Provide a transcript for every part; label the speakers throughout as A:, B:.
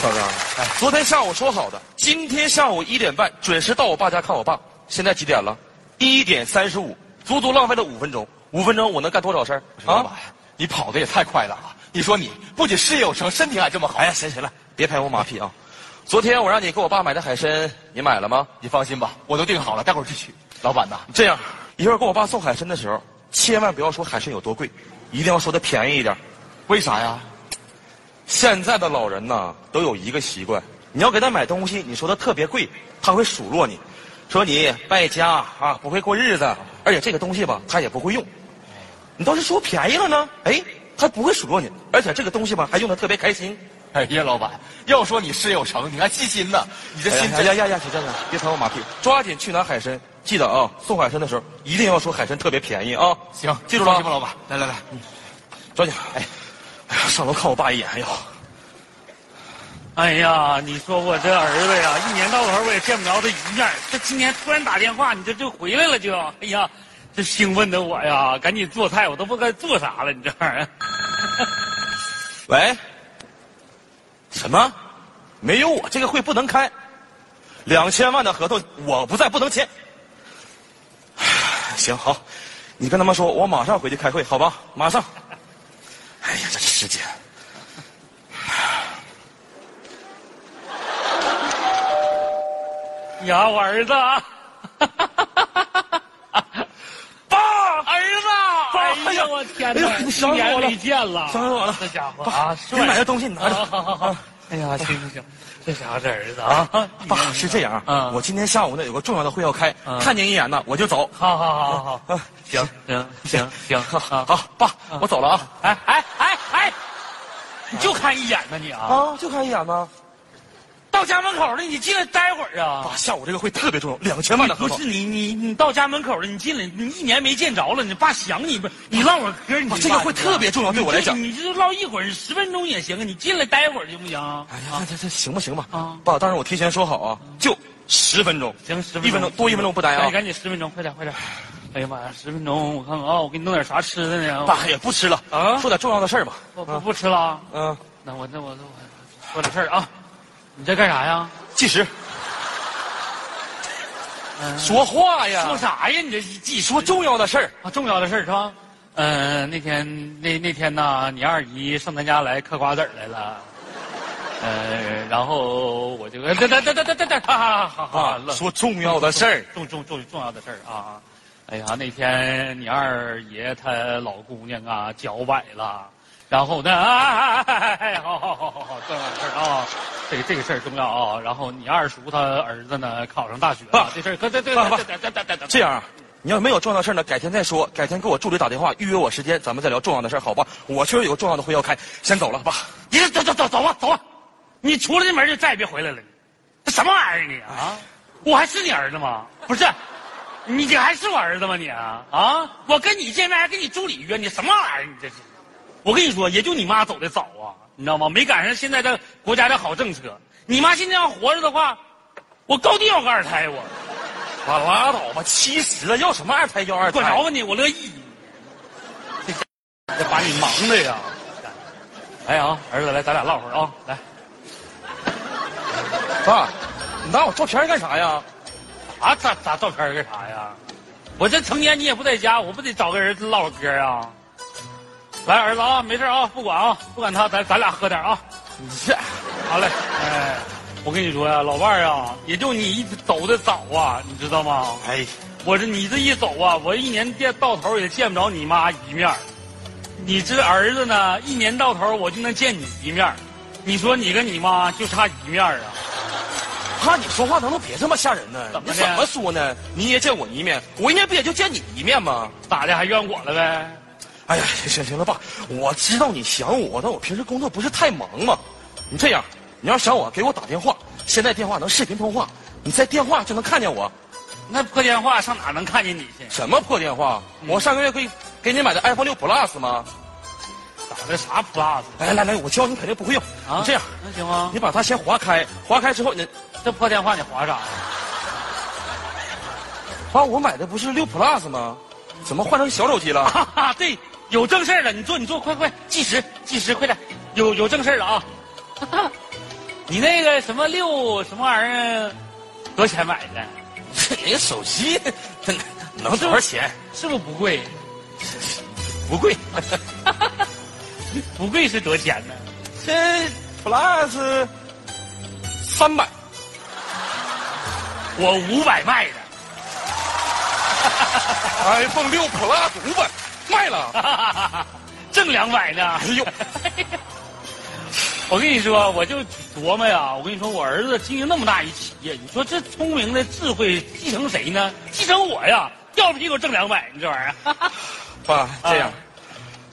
A: 小张，
B: 哎，昨天下午说好的，今天下午一点半准时到我爸家看我爸。现在几点了？一点三十五，足足浪费了五分钟。五分钟我能干多少事儿啊
A: 老板，你跑的也太快了啊！你说你不仅事业有成，身体还这么好。
B: 哎呀，行行了，别拍我马屁啊！昨天我让你给我爸买的海参，你买了吗？
A: 你放心吧，我都订好了，待会儿就去。老板呐，
B: 这样，一会儿给我爸送海参的时候，千万不要说海参有多贵，一定要说的便宜一点。
A: 为啥呀？
B: 现在的老人呐，都有一个习惯，你要给他买东西，你说他特别贵，他会数落你，说你败家啊，不会过日子，而且这个东西吧，他也不会用。你倒是说便宜了呢，哎，他不会数落你，而且这个东西吧，还用的特别开心。
A: 哎呀，老板，要说你事业有成，你还细心呢，你这
B: 哎
A: 心
B: 呀
A: 真
B: 呀呀呀，小站长，别拍我马屁，抓紧去拿海参，记得啊，送海参的时候一定要说海参特别便宜啊。
A: 行，
B: 记住了
A: 放
B: 啊
A: 心吧，老板。来来来，
B: 抓紧。哎，哎呀，上楼看我爸一眼，哎呦，
C: 哎呀，你说我这儿子呀，一年到头我也见不着他一面儿。这今天突然打电话，你这就回来了就，哎呀，这兴奋的我呀，赶紧做菜，我都不知道该做啥了，你这玩意儿。
B: 喂，什么？没有我这个会不能开，两千万的合同我不在不能签。唉行好，你跟他们说，我马上回去开会，好吧？马上。哎呀，这时间。
C: 呀，我儿子啊，
B: 爸，
C: 儿子，哎呀，我天哪，
B: 哎呀你
C: 一
B: 想死
C: 年
B: 我了
C: 没见了，
B: 想死我了
C: 这家伙
B: 爸
C: 啊，
B: 你
C: 帅，
B: 买的东西你拿
C: 好
B: 着。
C: 好好
A: 啊
C: 好，哎呀，行行行，这家伙这儿子啊，
B: 爸，是这样啊
C: 嗯，
B: 我今天下午呢有个重要的会要开，
C: 嗯
B: 看您一眼呢我就走。
C: 好好好好好，
B: 啊，
C: 行行行行，好，
B: 好，爸，我走了啊。
C: 哎哎哎哎，你就看一眼呢你啊。
B: 啊，就看一眼呢。
C: 到家门口了，你进来待会儿啊！
B: 爸，下午这个会特别重要，两千万的合
C: 不
B: 同
C: 是。你你你到家门口了，你进来，你一年没见着了，你爸想你不？你唠会儿嗑，你
B: 哇啊这个会特别重要对我来讲
C: 你就唠一会儿，十分钟也行啊。你进来待会儿行不行？
B: 哎呀，这这行吧行吧
C: 啊
B: 爸，当然我提前说好啊，就十分钟，
C: 行，十分
B: 一分钟多一分钟不待
C: 哎
B: 啊
C: 你。赶紧十分钟，快点快点！哎呀妈呀，十分钟，我看看啊，我给你弄点啥吃的呢？
B: 爸也不吃了
C: 啊
B: 说点重要的事儿吧。
C: 我不不吃了啊，
B: 嗯，
C: 那我那我那我说点事儿啊。你在干啥呀？
B: 计时，
C: 嗯
B: 说话呀，
C: 说啥呀？你这记
B: 说重要的事儿。
C: 啊，重要的事儿是吧？嗯、那天那那天呢，你二姨上咱家来嗑瓜子儿来了，呃，然后我就等等等等等等等，哈哈哈
B: 啊，嗯说重要的事儿，
C: 重重重重要的事儿啊！哎呀，那天你二爷他老姑娘啊脚崴了，然后呢，哎哎哎，好好好好好，重要的事儿啊，这个这个事儿重要啊。然后你二叔他儿子呢考上大学了，这事儿，对对对对对对对对，
B: 这样啊，你要没有重要的事儿呢，改天再说，改天给我助理打电话预约我时间，咱们再聊重要的事儿，好吧？我确实有个重要的会要开，先走了，爸。
C: 你走走走走吧，走吧，啊你出了这门就再也别回来了。你这什么玩意儿你啊？我还是你儿子吗？不是，你这还是我儿子吗你啊？啊！我跟你见面还跟你助理约，你什么玩意儿你这是？我跟你说，也就你妈走的早啊，你知道吗？没赶上现在的国家的好政策。你妈现在要活着的话，我高定要个二胎我。
B: 啊，拉倒吧，七十了，要什么二胎要二胎？啊
C: 管着吧你，我乐意。这把你忙的呀！来啊，儿子，来，咱俩唠会儿啊，来。
B: 爸，你拿我照片干啥呀？
C: 啊，咋咋照片儿干啥呀？我这成天你也不在家，我不得找个人唠会儿嗑啊？来，儿子啊，没事啊，不管啊，不管他，咱咱俩喝点啊。
B: 你这。
C: 好嘞，哎，我跟你说呀、老伴儿啊，也就你一走的早啊，你知道吗？
B: 哎，
C: 我这你这一走啊，我一年见到头也见不着你妈一面儿你这儿子呢，一年到头我就能见你一面儿你说你跟你妈就差一面儿啊？
B: 哈，你说话能不能别这么吓人呢？
C: 怎么的
B: 你怎么说呢？你也见我一面，我一年不也就见你一面吗？
C: 咋的还怨我了呗？
B: 哎呀，行行行了，爸，我知道你想我，但我平时工作不是太忙嘛。你这样，你要想我，给我打电话，现在电话能视频通话，你在电话就能看见我。
C: 那破电话上哪能看见你去？
B: 什么破电话？
C: 嗯
B: 我上个月给给你买的 iPhone 六 Plus 吗？哎
C: 打的啥 plus
B: 来来来，我教你肯定不会用。
C: 啊？
B: 你这样，
C: 那行吗？
B: 你把它先划开，划开之后你
C: 这破电话你划啥呀？
B: 把我买的不是六 Plus 吗？怎么换成小手机了？
C: 哈哈，对，有正事儿了，你坐，你坐，快快，计时，计时，快点，有有正事儿了啊！ 你那个什么六什么玩意儿，多少钱买的？
B: 你个手机 能多少钱？
C: 是不是不贵？
B: 不贵，
C: 不贵是多少钱呢？
B: 这 plus 三百，
C: 我五百卖的。
B: iPhone 六 plus 五百，卖了。
C: 挣两百呢。哎
B: 呦
C: 呦， 我跟你说，我就琢磨呀，我跟你说，我儿子经营那么大一企业，你说这聪明的智慧继承谁呢？继承我呀，掉屁股挣两百，你这玩意儿。
B: 爸，这样，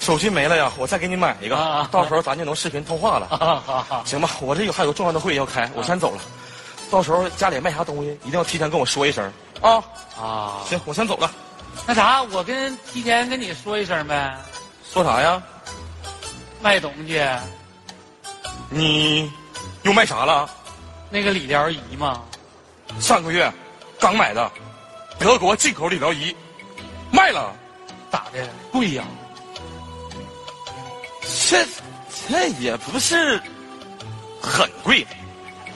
B: 手机没了呀，我再给你买一个
C: 啊，
B: 到时候咱就能视频通话了。
C: 好好好，
B: 行吧，我这有还有重要的会要开，我先走了。到时候家里卖啥东西，一定要提前跟我说一声啊。
C: 啊，
B: 行，我先走了。
C: 那啥，我跟提前跟你说一声呗，
B: 说啥呀？
C: 卖东西
B: 你又卖啥了？
C: 那个理疗仪嘛，
B: 上个月刚买的德国进口理疗仪，卖了。
C: 咋的？
B: 贵呀、这这也不是很贵，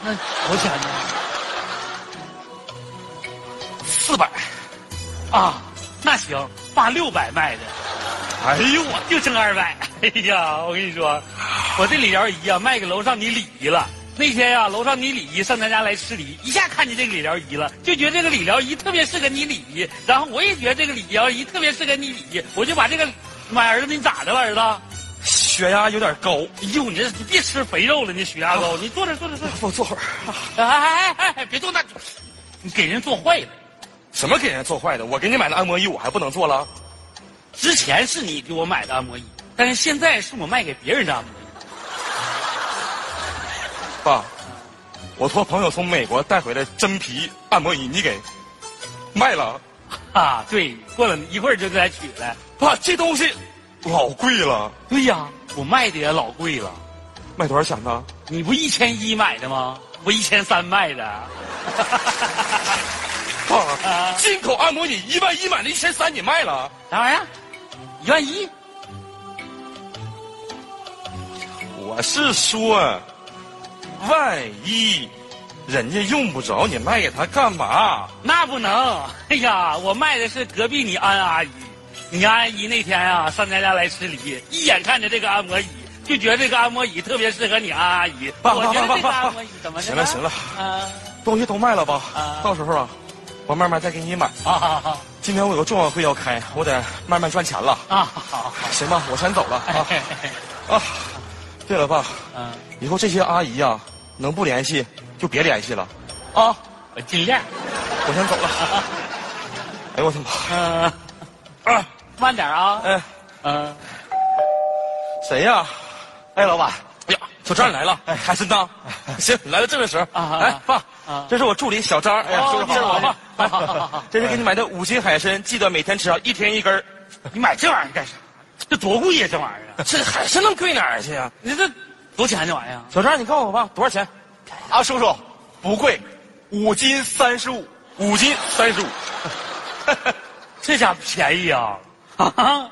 C: 那多少钱呢？
B: 四百。
C: 啊，那行，爸六百卖的。
B: 哎
C: 哎呦，我就挣二百。哎呀，我跟你说，我这理疗仪啊，卖给楼上你李姨了。那天呀、楼上你李姨上咱家来吃梨，一下看见这个理疗仪了，就觉得这个理疗仪特别适合你李姨。然后我也觉得这个理疗仪特别适合你李姨，我就把这个买儿子你咋的了，儿子？哎
B: 血压有点高，
C: 呦，你这你别吃肥肉了，你血压高，你坐这坐这坐这。
B: 我坐会儿。啊
C: 哎哎哎哎，别坐那，你给人坐坏了。
B: 什么给人做坏的？我给你买的按摩椅，我还不能做了？
C: 之前是你给我买的按摩椅，但是现在是我卖给别人的按摩椅。
B: 爸，我托朋友从美国带回来真皮按摩椅，你给卖了？
C: 啊，对，过了一会儿就给他取来。
B: 爸，这东西老贵了，
C: 对呀，我卖的也老贵了。
B: 卖多少钱呢？
C: 你不一千一买的吗？我一千三卖的。
B: 爸，
C: 啊
B: 进口按摩椅一万一买了一千三，你卖了？
C: 啥玩意儿？一万一？
B: 我是说，万一人家用不着，你卖给他干嘛？
C: 那不能！哎呀，我卖的是隔壁你安阿姨。你安阿姨那天啊上咱家来吃梨，一眼看着这个按摩椅，就觉得这个按摩椅特别适合你安阿姨。
B: 爸
C: 我觉
B: 爸
C: 得这
B: 爸
C: 个
B: 爸
C: 按摩椅怎么的
B: 行了行了，
C: 啊
B: 东西都卖了吧，
C: 啊
B: 到时候啊，我慢慢再给你买。
C: 啊啊
B: 今天我有个重要会要开，我得慢慢赚钱了，
C: 啊！好，
B: 行吧？我先走了啊
C: 哎嘿嘿嘿
B: 啊！对了，爸，
C: 嗯，
B: 以后这些阿姨啊，能不联系就别联系了啊！
C: 我尽量。
B: 我先走了。哎呦我的妈！
C: 嗯，
B: 啊，
C: 慢点啊。
B: 哎，
C: 嗯，
B: 谁呀？
A: 哎，老板，
B: 哎呀，小张你来了，还真当。行，你来的正是时候。
C: 哎啊
B: 哎，爸
C: 啊，
B: 这是我助理小张，哎呀，
C: 哦
B: 收拾
C: 你好
B: 好
C: 你好好好
B: 我
C: 好
B: 这是给你买的五斤海参，记得每天吃啊，一天一 根儿。
C: 你买这玩意儿干啥？这多贵呀，这玩意儿！啊
B: 这海参能贵哪儿去啊呀？
C: 你这多钱啊这玩意儿？
B: 小张，你告诉我吧，多少钱？
A: 啊，叔叔，不贵，五斤三十五。
B: 五斤三十五。
C: 这家便宜啊！啊，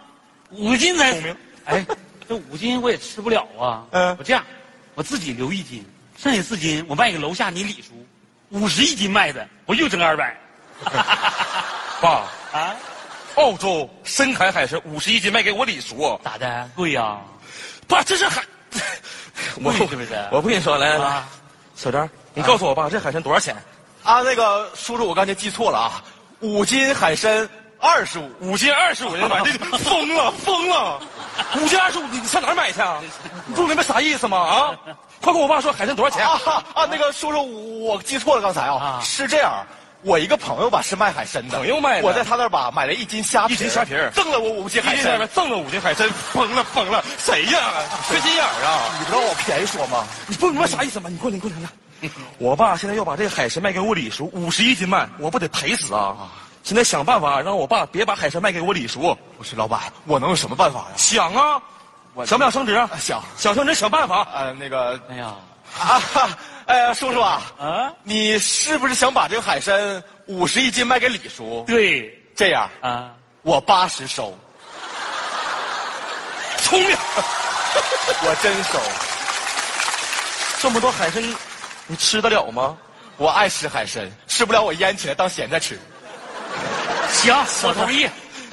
C: 五斤才
B: 聪明
C: 哎，这五斤我也吃不了啊。
B: 嗯
C: 我这样，我自己留一斤，剩下四斤我卖给楼下你李叔，五十一斤卖的，我又挣二百。
B: 爸，
C: 啊？
B: 澳洲深海海参五十一斤卖给我李叔，
C: 咋的？贵呀、啊？
B: 爸，这是海，我
C: 贵是不是
B: 我不跟你说，
A: 哎
B: 来来来
C: 啊，
B: 小张，你告诉我吧，这海参多少钱？
A: 啊，那个叔叔，我刚才记错了啊，五斤海参二十五。
B: 五斤二十五人买，这疯了疯了！五斤二十五，你上哪儿买去啊？你不明白啥意思吗？啊，快跟我爸说海参多少钱？
A: 啊啊，那个叔叔，我记错了，刚才啊
C: 啊，
A: 是这样。我一个朋友吧是卖海参的，
B: 朋友卖的
A: 我在他那儿吧买了一斤虾皮儿，
B: 一斤虾皮儿
A: 赠了我五斤海
B: 一斤下
A: 参
B: 面。赠了五斤海参，疯了疯了！谁呀？缺心眼儿啊！
A: 你不让我便宜说吗？
B: 你不明白啥意思吗？你过来，你过来，你过来。我爸现在要把这个海参卖给我李叔，五十一斤卖，我不得赔死啊！现在想办法让我爸别把海参卖给我李叔，
A: 不是老板，哎我能有什么办法呀？
B: 想啊，想不想升职啊？
A: 想
B: 想升职想办法。
A: 呃，那个
C: 哎呀，
A: 啊，哎呀，叔叔啊，
C: 啊，
A: 你是不是想把这个海参五十一斤卖给李叔？
C: 对
A: 这样，
C: 啊，
A: 我八十收，
B: 聪明，
A: 我真收。
B: 这么多海参你吃得了吗？
A: 我爱吃海参，吃不了我腌起来当咸菜吃。
C: 行，我同意。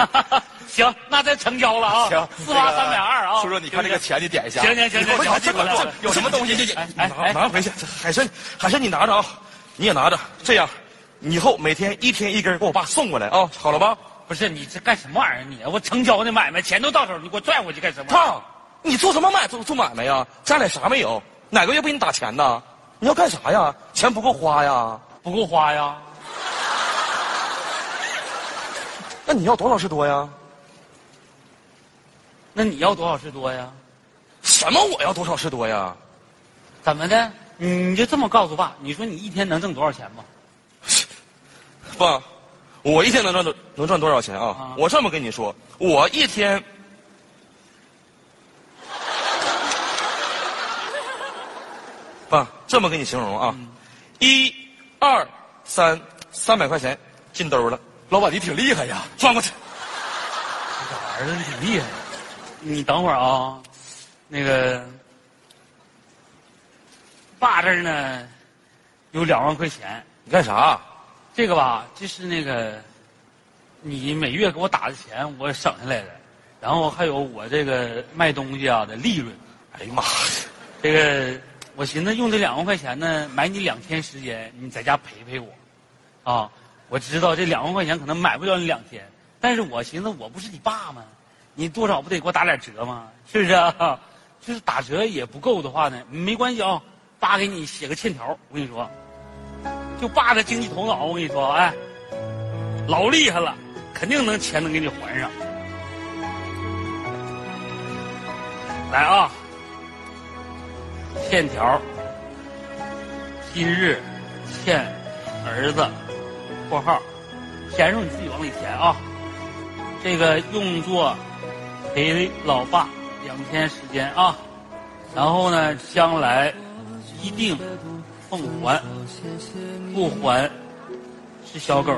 C: 行，那咱成交了啊！
A: 行，
C: 四八三百二啊！
A: 叔叔，你看这个钱，你点一下。
C: 行行行行
A: 我
C: 行
A: 这
C: 我来我来
A: 这有什么东西？这这
C: 哎哎
B: 拿
C: 哎，
B: 拿回去，这海参海参你拿着啊，你也拿着。这样，你以后每天一天一根给我爸送过来啊，好了吧？
C: 不是你这干什么玩意儿？你我成交的买卖，钱都到手，你给我拽回去干什么？
B: 爸，你做什么买做做买卖呀？家里啥没有？哪个月不给你打钱呢？你要干啥呀？钱不够花呀？
C: 不够花呀？
B: 那你要多少是多呀？
C: 那你要多少是多呀？
B: 什么我要多少是多呀？
C: 怎么的？你就这么告诉爸？你说你一天能挣多少钱吗？
B: 爸，我一天能赚多能赚多少钱啊
C: 啊？
B: 我这么跟你说，我一天爸这么跟你形容啊，一、二、三，三百块钱进兜了，
A: 老板，你挺厉害呀！
B: 转过去。
C: 儿子，你挺厉害。你等会儿啊，那个，爸这儿呢有两万块钱，
B: 你干啥？
C: 这个吧，就是那个你每月给我打的钱，我省下来的，然后还有我这个卖东西啊的利润，
B: 哎呀妈呀！
C: 这个我寻思用这两万块钱呢，买你两天时间，你在家陪陪我，啊，我知道这两万块钱可能买不了你两天，但是我寻思我不是你爸吗？你多少不得给我打点折吗？是不是啊？ 就是打折也不够的话呢，没关系啊、爸给你写个欠条，我跟你说，就爸的经济头脑，我跟你说，哎，老厉害了，肯定能钱能给你还上。来啊！欠条，今日欠儿子（括号）钱数你自己往里填啊。这个用作陪老爸两天时间啊，然后呢，将来一定奉还，不还是小狗。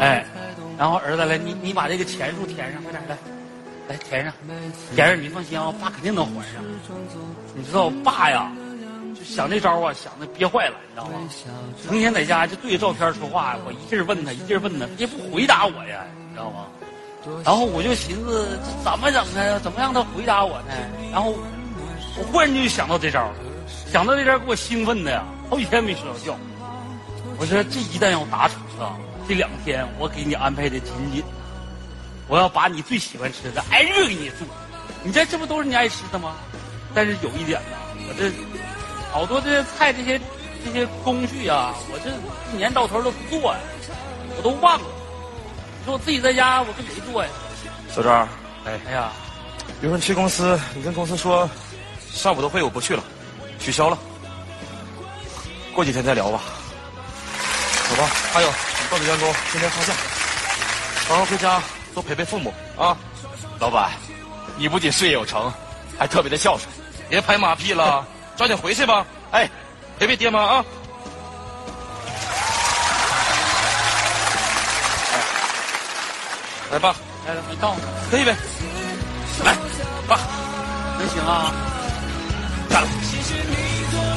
C: 哎，然后儿子来，你你把这个钱数填上，快点来，来填上，填上你放心啊、爸肯定能还上。你知道我爸呀，就想这招啊，想的憋坏了，你知道吗？成天在家就对着照片说话呀，我一劲儿问他，一劲儿问他，他也不回答我呀，你知道吗？然后我就寻思这怎么整呢？怎么让他回答我呢？然后我忽然就想到这招了，想到这招给我兴奋的呀，好几天没睡着觉。我说这一旦要达成啊，这两天我给你安排的紧紧的，我要把你最喜欢吃的挨个给你做。你这这不都是你爱吃的吗？但是有一点呢，我这好多这些菜这些这些工序啊，我这一年到头都不做呀、我都忘了。你说我自己在家，我跟谁做呀、
B: 小张，
C: 哎呀，
B: 比如说你去公司，你跟公司说，上午的会我不去了，取消了，过几天再聊吧。走吧，还有你到底员工今天放假，好好回家多陪陪父母啊，
A: 老板，你不仅事业有成，还特别的孝顺。
B: 别拍马屁了，抓紧回去吧，
A: 哎，
B: 陪陪爹妈啊。哎来吧，
C: 来了没到呢，
B: 喝一杯。来，爸，
C: 能行啊？
B: 干了。
D: 我